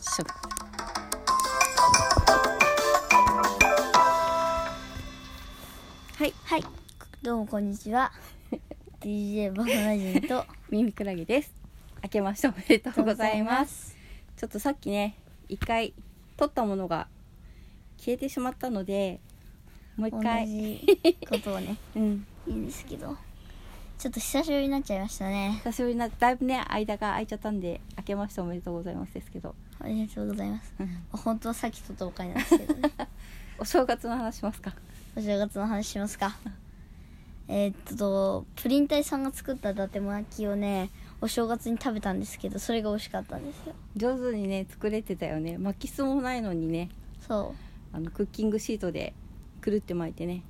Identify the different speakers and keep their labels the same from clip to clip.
Speaker 1: しょ
Speaker 2: はいはいどうもこんにちは DJ バカラジンと
Speaker 1: 耳クラゲです明けましておめでとうございます
Speaker 2: す
Speaker 1: ちょっとさっきね一回撮ったものが消えてしまったのでもう一
Speaker 2: 同
Speaker 1: 回
Speaker 2: じことをね
Speaker 1: うん
Speaker 2: いいんですけどちょっと久しぶりになっちゃいましたね
Speaker 1: 久しぶりなだいぶね間が空いちゃったんで明けましておめでとうございますですけど
Speaker 2: ありがとうございます
Speaker 1: うん
Speaker 2: 本当はさっき撮ったお金なんですけどね
Speaker 1: お正月の話しますか
Speaker 2: お正月の話しますかえーっとプリン体さんが作った伊達巻きをねお正月に食べたんですけどそれが美味しかったんですよ
Speaker 1: 上手にね作れてたよね巻きすもないのにね
Speaker 2: そう
Speaker 1: あのクッキングシートでくるって巻いてね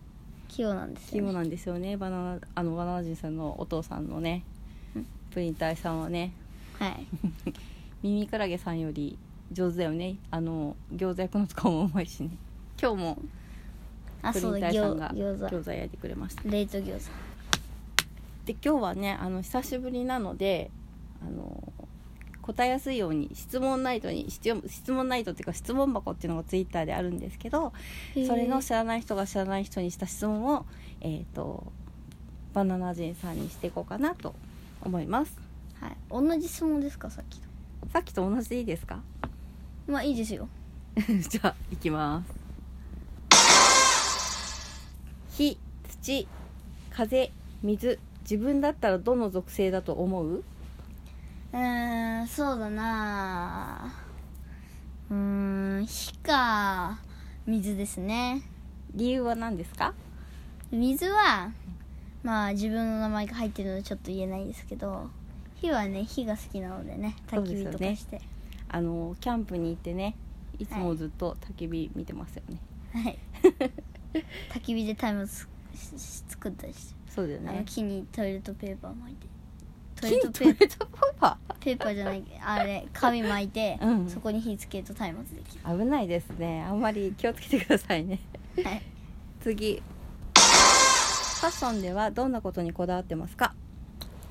Speaker 2: 器用なんですよ、ね、
Speaker 1: 肝なんですよねバナナあのバナナ人さんのお父さんのね
Speaker 2: うん
Speaker 1: プリン体さんはね
Speaker 2: はい
Speaker 1: 耳クラゲさんより上手だよねあの餃子焼くのとかもうまいしね今日も
Speaker 2: あ
Speaker 1: プリ
Speaker 2: そう
Speaker 1: ン
Speaker 2: だ
Speaker 1: 体さん
Speaker 2: 餃
Speaker 1: が
Speaker 2: 餃
Speaker 1: 餃
Speaker 2: 子
Speaker 1: 子焼いてくれました
Speaker 2: 冷凍餃子
Speaker 1: で今日はねあの久しぶりなのであの答えやすいように質問ナイトに質問質問ナイトっていうか質問箱っていうのがツイッターであるんですけどそれの知らない人が知らない人にした質問を、えー、とバナナ人さんにしていこうかなと思います
Speaker 2: はい、同じ質問ですかさっきと
Speaker 1: さっきと同じでいい ですか
Speaker 2: まあいいですよ
Speaker 1: じゃあいきます火土風水自分だったらどの属性だと思う
Speaker 2: うーんそうだなうーん火か水ですね
Speaker 1: 理由は何ですか
Speaker 2: 水はまあ自分の名前が入ってるのでちょっと言えないですけど火はね火が好きなのでね焚き火と
Speaker 1: そうで
Speaker 2: か
Speaker 1: す
Speaker 2: して、
Speaker 1: あのキャンプに行ってねいつもずっと焚き火見てますよね、
Speaker 2: はい焚き火でタイムつしし作ったりして、
Speaker 1: そうだよ
Speaker 2: あの
Speaker 1: ね
Speaker 2: 木にトイレットペーパー巻いてトイ
Speaker 1: 木
Speaker 2: レ
Speaker 1: に
Speaker 2: ット
Speaker 1: ト
Speaker 2: ペ
Speaker 1: イレ
Speaker 2: ー
Speaker 1: ットペーパー
Speaker 2: ペーパーじゃないあれ紙巻いて、
Speaker 1: うん
Speaker 2: そこに火つけると松明でき
Speaker 1: 危ないですねあんまり気をつけてくださいね
Speaker 2: るはい
Speaker 1: 次ファッションではどんなことにこだわってますか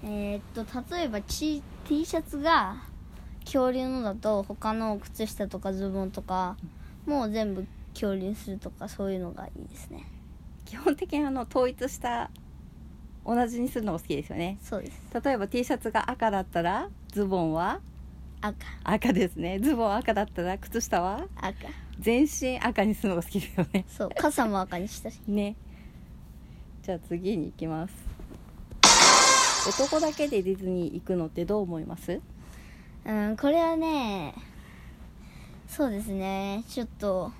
Speaker 2: えーっと例えば T, T シャツが恐竜のだと他の靴下とかズボンとかもう全部恐竜にするとかそういうのがいいですね
Speaker 1: 基本的にあの統一した同じにするのが好きですよね
Speaker 2: そうです
Speaker 1: 例えば T シャツが赤だったらズボンは
Speaker 2: 赤
Speaker 1: 赤ですねズボン赤だったら靴下は
Speaker 2: 赤
Speaker 1: 全身赤にするのが好きですよね
Speaker 2: そう傘も赤にしたし
Speaker 1: ねじゃあ次に行きます男だけでディズニー行くのってどう思います
Speaker 2: うんこれはねそうですねちょっと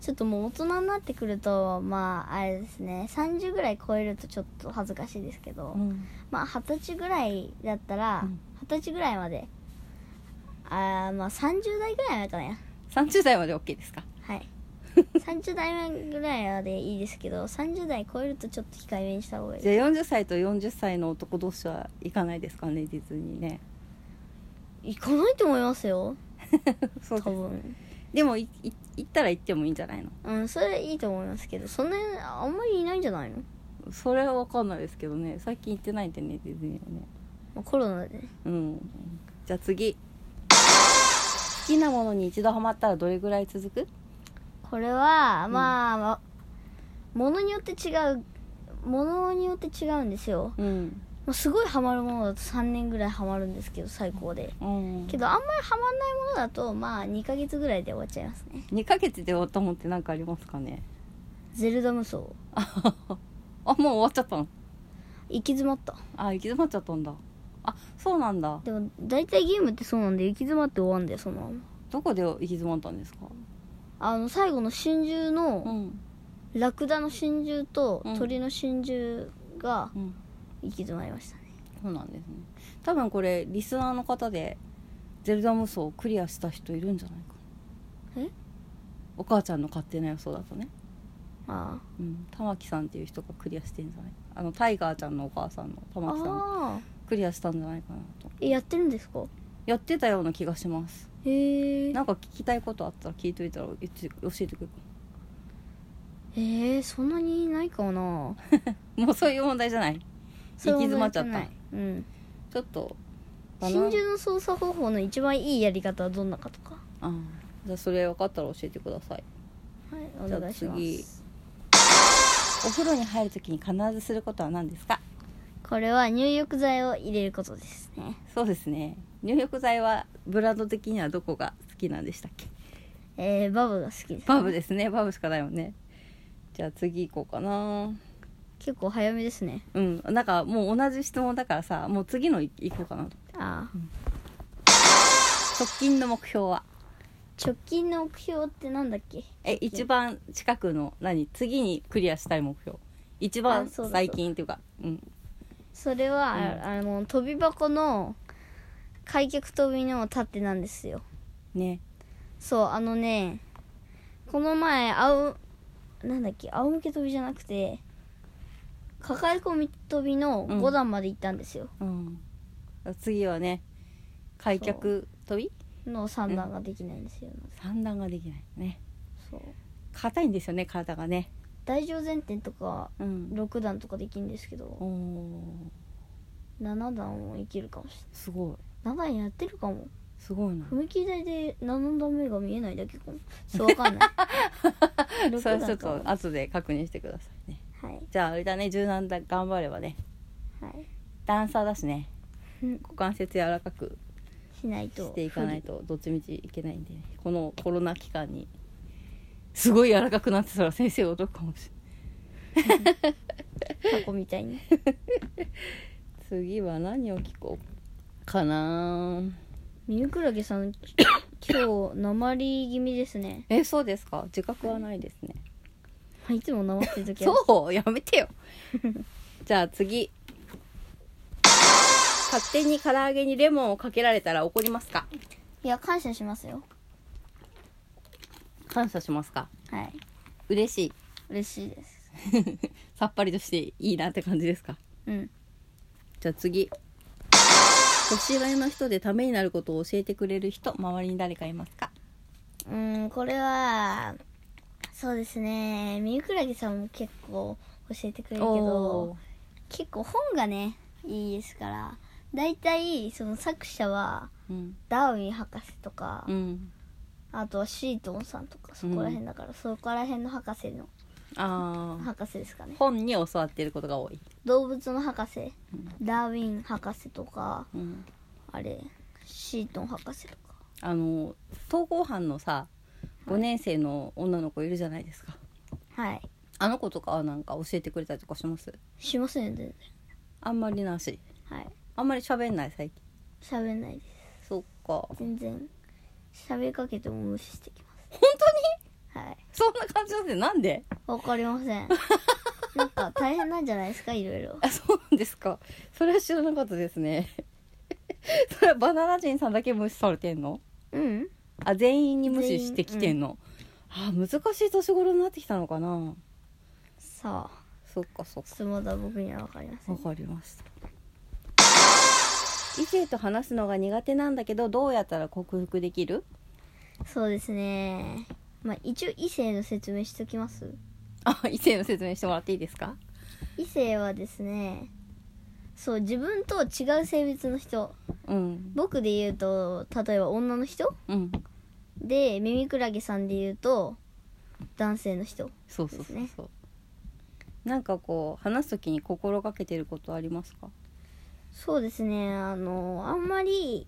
Speaker 2: ちょっともう大人になってくるとまああれですね30ぐらい超えるとちょっと恥ずかしいですけど、
Speaker 1: うん
Speaker 2: まあ二十歳ぐらいだったら
Speaker 1: うん
Speaker 2: 二十、歳ぐらいまであーまあ30代ぐらいまでかな
Speaker 1: 30代まで OK ですか
Speaker 2: はい 30代ぐらいまでいいですけど30代超えるとちょっと控えめにした方がいい
Speaker 1: じゃあ40歳と40歳の男同士は行かないですかねディズニーね
Speaker 2: 行かないと思いますよ
Speaker 1: そう
Speaker 2: 多
Speaker 1: です
Speaker 2: 分
Speaker 1: でもいい行ったら行ってもいいんじゃないの
Speaker 2: うんそれいいと思いますけどそんなあんまりいないんじゃないの
Speaker 1: それは分かんないですけどね最近行ってないんでねディズニーはね
Speaker 2: まあコロナで
Speaker 1: うんじゃあ次好きなものに一度ハマったらどれぐらい続く
Speaker 2: これはまあ、まものによって違うものによって違うんですよ
Speaker 1: うん、
Speaker 2: まあすごいハマるものだと3年ぐらいハマるんですけど最高で
Speaker 1: うん、
Speaker 2: けどあんまりハマんないものだとまあ2ヶ月ぐらいで終わっちゃいますね
Speaker 1: 2ヶ月で終わったもんって何かありますかね
Speaker 2: ゼルダ無双行
Speaker 1: あもう終わっちゃったの
Speaker 2: き詰まった
Speaker 1: あ行き詰まっちゃったんだあそうなんだ
Speaker 2: でも大体ゲームってそうなんで行き詰まって終わんだよそのまま
Speaker 1: どこで行き詰まったんですか
Speaker 2: あの最後の真珠
Speaker 1: う
Speaker 2: の、
Speaker 1: ん
Speaker 2: ラクダの真珠と
Speaker 1: うん
Speaker 2: 鳥の真珠が
Speaker 1: うん
Speaker 2: 行き詰まりましたね
Speaker 1: そうなんですね多分これリスナーの方で「ゼルダ無双」をクリアした人いるんじゃないかな
Speaker 2: え
Speaker 1: お母ちゃんの勝手な予想だとね
Speaker 2: ああ
Speaker 1: うん玉木さんっていう人がクリアしてんじゃないあのタイガーちゃんのお母さんの玉木さん
Speaker 2: ああ
Speaker 1: クリアしたんじゃないかなと
Speaker 2: えやってるんですか
Speaker 1: やってたような気がします
Speaker 2: へえ
Speaker 1: なんか聞きたいことあったら聞いといたら言って教えてくれる
Speaker 2: えー、そんなにないかな
Speaker 1: もうそういう問題じゃない
Speaker 2: それ
Speaker 1: 行き詰まっちゃった
Speaker 2: 問題じゃないうん
Speaker 1: ちょっとバナ
Speaker 2: 真珠の操作方法の一番いいやり方はどんなかとか
Speaker 1: あーじゃあそれ分かったら教えてください
Speaker 2: はいお願いし
Speaker 1: じ
Speaker 2: ま
Speaker 1: ゃあ次
Speaker 2: す
Speaker 1: お風呂に入るときに必ずすることは何ですか
Speaker 2: これは入浴剤を入れることですね
Speaker 1: そうですね入浴剤はブランド的にはどこが好きなんでしたっけ
Speaker 2: えー、バブが好きです、ね、
Speaker 1: バブですねバブしかないよねじゃあ次行こうかな
Speaker 2: 結構早めですね
Speaker 1: うんなんかもう同じ質問だからさもう次のい行こうかなと
Speaker 2: ああ
Speaker 1: 直近の目標は
Speaker 2: 直近の目標ってなんだっけ
Speaker 1: え一番近くの何次にクリアしたい目標一番
Speaker 2: あそうだ
Speaker 1: 最近っていうかうん
Speaker 2: それは、ああの飛び箱の開脚飛びの盾なんですよ
Speaker 1: ね
Speaker 2: そうあのねこの前仰なんだっけ仰向け飛びじゃなくて抱え込み飛びの
Speaker 1: うん
Speaker 2: 5段まで行ったんですよ、
Speaker 1: うん次はね開脚飛び
Speaker 2: の3段ができないんですよ、
Speaker 1: 三段ができないね
Speaker 2: そう
Speaker 1: 硬いんですよね体がね
Speaker 2: 大乗前転とか
Speaker 1: うん
Speaker 2: 6段とかできるんですけ
Speaker 1: お
Speaker 2: ど
Speaker 1: ー
Speaker 2: 7段もいけるかもし
Speaker 1: すごい
Speaker 2: れない7段やってるかも
Speaker 1: すごいな
Speaker 2: 踏切台で7段目が見えないだけかもそうわかんない 六
Speaker 1: それはちょ
Speaker 2: 段
Speaker 1: っ
Speaker 2: かも
Speaker 1: と後で確認してくださいね
Speaker 2: はい
Speaker 1: じゃああれだね柔軟だ頑張ればね
Speaker 2: はい
Speaker 1: 段差だしね
Speaker 2: うん
Speaker 1: 股関節柔らかく
Speaker 2: しないと
Speaker 1: していかないとどっちみちいけないんでねこのコロナ期間にすごい柔らかくなってたら先生驚くかもしれない
Speaker 2: 不利タコみたいに
Speaker 1: 次は何を聞こうかな
Speaker 2: ミユクラゲさん今日鉛気味ですね
Speaker 1: えそうですか自覚はないですね
Speaker 2: いつも鉛ってる時は
Speaker 1: そうやめてよ じゃあ次勝手に唐揚げにレモンをかけられたら怒りますか
Speaker 2: いや感謝しますよ
Speaker 1: 感謝しますか
Speaker 2: はい
Speaker 1: 嬉しい
Speaker 2: 嬉しいです
Speaker 1: さっぱりとしていいなって感じですか
Speaker 2: うん
Speaker 1: じゃあ次年上の人でためになることを教えてくれる人周りに誰かいますか
Speaker 2: うんこれはそうですねミユクラゲさんも結構教えてくれるけ
Speaker 1: お
Speaker 2: ど結構本がねいいですからだいたいその作者は
Speaker 1: ーうん
Speaker 2: ダーウィン博士とか、
Speaker 1: うん
Speaker 2: あとはシートンさんとかそこら辺だから、そこら辺の博士の
Speaker 1: ああ
Speaker 2: 博士ですかね
Speaker 1: 本に教わっていることが多い、
Speaker 2: 動物の博士、ダーウィン博士とか
Speaker 1: うん、
Speaker 2: あれシートン博士とか
Speaker 1: あの登校班のさ5年生の女の子いるじゃないですか
Speaker 2: はい
Speaker 1: あの子とかはなんか教えてくれたりとかします
Speaker 2: しませんよ全然
Speaker 1: あんまりなし
Speaker 2: はい
Speaker 1: あんまり喋んない最近
Speaker 2: 喋んないです
Speaker 1: そっか
Speaker 2: 全然喋りかけても無視してきます
Speaker 1: 本
Speaker 2: はい
Speaker 1: 当にそんな感じなんでなんで
Speaker 2: わかりませんなんか大変なんじゃないですかいろいろ
Speaker 1: あそうなんですかそれは知らなかったですね それはバナナ人さんだけ無視されてんの
Speaker 2: うん
Speaker 1: あ全員に無視してきてんの、あ難しい年頃になってきたのかな
Speaker 2: さあ
Speaker 1: そっかそっか
Speaker 2: ちょっとまだ僕にはわかりませ
Speaker 1: わ
Speaker 2: ん
Speaker 1: かりました異性と話すのが苦手なんだけどどうやったら克服できる
Speaker 2: そうですねまあ一応異性の説明しときます
Speaker 1: あ異性の説明してもらっていいですか
Speaker 2: 異性はですねそう自分と違う性別の人
Speaker 1: うん
Speaker 2: 僕で言うと例えば女の人
Speaker 1: うん
Speaker 2: でミミクラゲさんで言うと男性の人
Speaker 1: そうそうそうそう、
Speaker 2: です
Speaker 1: なんかこう話す時に心がけてることありますか
Speaker 2: そうですねあのあんまり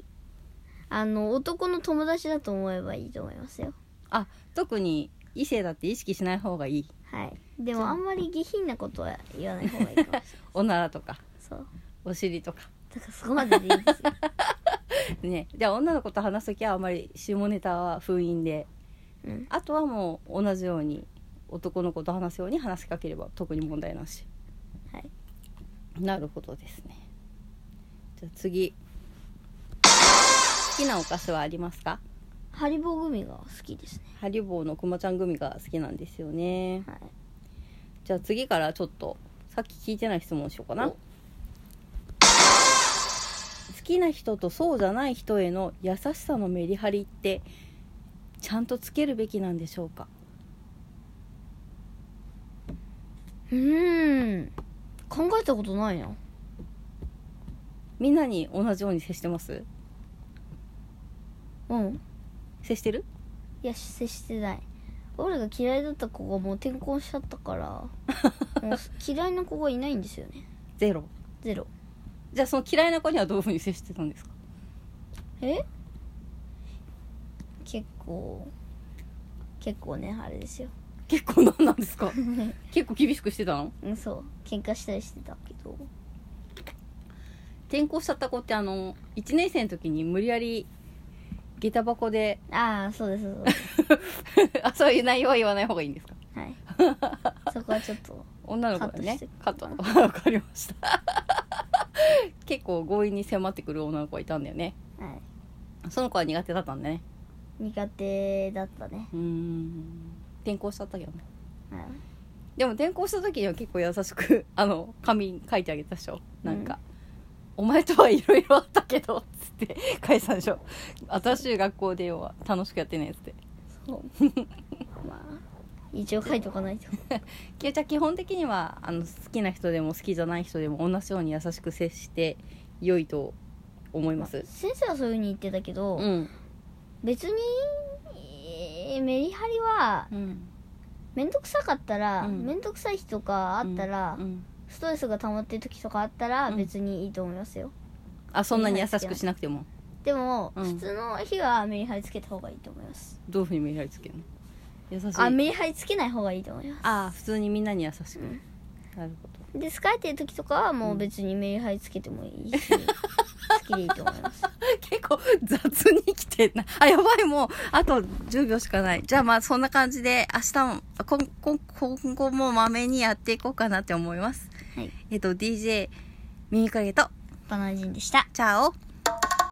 Speaker 2: あの男の友達だと思えばいいと思いますよ
Speaker 1: あ特に異性だって意識しない方がいい
Speaker 2: はいでもあんまり下品なことは言わない方がいいかもしれない
Speaker 1: おならとか
Speaker 2: そう
Speaker 1: お尻とか
Speaker 2: だからそこまででいいですよ、
Speaker 1: ねじゃあ女の子と話す時はあんまり下ネタは封印で
Speaker 2: うん、
Speaker 1: あとはもう同じように男の子と話すように話しかければ特に問題なし
Speaker 2: はい
Speaker 1: なるほどですねじゃあ次好きなお菓子はありますか
Speaker 2: ハリボーグミが好きですね
Speaker 1: ハリボーのくまちゃん組が好きなんですよね
Speaker 2: はい
Speaker 1: じゃあ次からちょっとさっき聞いてない質問しようかな
Speaker 2: お
Speaker 1: 好きな人とそうじゃない人への優しさのメリハリってちゃんとつけるべきなんでしょうか
Speaker 2: うーん考えたことないな
Speaker 1: みんなに同じように接してます
Speaker 2: うん
Speaker 1: 接してる
Speaker 2: いや接してない俺が嫌いだった子がもう転校しちゃったから もう嫌いな子がいないんですよね
Speaker 1: ゼロ
Speaker 2: ゼロ
Speaker 1: じゃあその嫌いな子にはどういうふうに接してたんですか
Speaker 2: え結構結構ねあれですよ
Speaker 1: 結構なんなんですか結構厳しくしてたの
Speaker 2: うんそう喧嘩したりしてたけど
Speaker 1: 転校しちゃった子ってあの1年生の時に無理やり下駄箱で
Speaker 2: ああそうですそうです
Speaker 1: あそういう内容は言わない方がいいんですか
Speaker 2: はい そこはちょっと
Speaker 1: 女の子だねカ
Speaker 2: カ
Speaker 1: ッ
Speaker 2: ッ
Speaker 1: ト
Speaker 2: ト
Speaker 1: わかりました 結構強引に迫ってくる女の子がいたんだよね
Speaker 2: はい
Speaker 1: その子は苦手だったんだね
Speaker 2: 苦手だったね、
Speaker 1: うーん転校しちゃったけどね
Speaker 2: はい、
Speaker 1: でも転校した時には結構優しく あの紙に書いてあげたでしょなんか、お前とはいろいろあったけど」っつって返したでしょ新しい学校でよ楽しくやってねっつって
Speaker 2: そうまあ一応書いとかないと
Speaker 1: きよちゃん基本的にはあの好きな人でも好きじゃない人でも同じように優しく接して良いと思います
Speaker 2: 先生はそういう風に言ってたけど、
Speaker 1: うん、
Speaker 2: 別にえーメリハリは
Speaker 1: うん、
Speaker 2: 面倒くさかったら、
Speaker 1: うん
Speaker 2: 面倒くさい日とかあったら、
Speaker 1: うん
Speaker 2: ストレスが溜まってる時とかあったら
Speaker 1: うん
Speaker 2: 別にいいと思いますよ、
Speaker 1: あそんなに優しくしなくても
Speaker 2: でも、
Speaker 1: うん
Speaker 2: 普通の日はメリハリつけた方がいいと思います
Speaker 1: どういうふうにメリハリつけるの優しい
Speaker 2: あメリハリつけない方がいいと思います
Speaker 1: あ普通にみんなに優しく、
Speaker 2: うん
Speaker 1: なるほど
Speaker 2: で疲れてる時とかはもう別にメリハリつけてもいいし、好きでいいと思 います
Speaker 1: 結構雑に来てんな。 あ、やばい、もう、あと10秒しかない。じゃあまあそんな感じで、明日も、あこんこん今後もまめにやっていこうかなって思います。
Speaker 2: はい
Speaker 1: えっと、DJ、ミニカゲと、
Speaker 2: バナナ人でした
Speaker 1: チャオ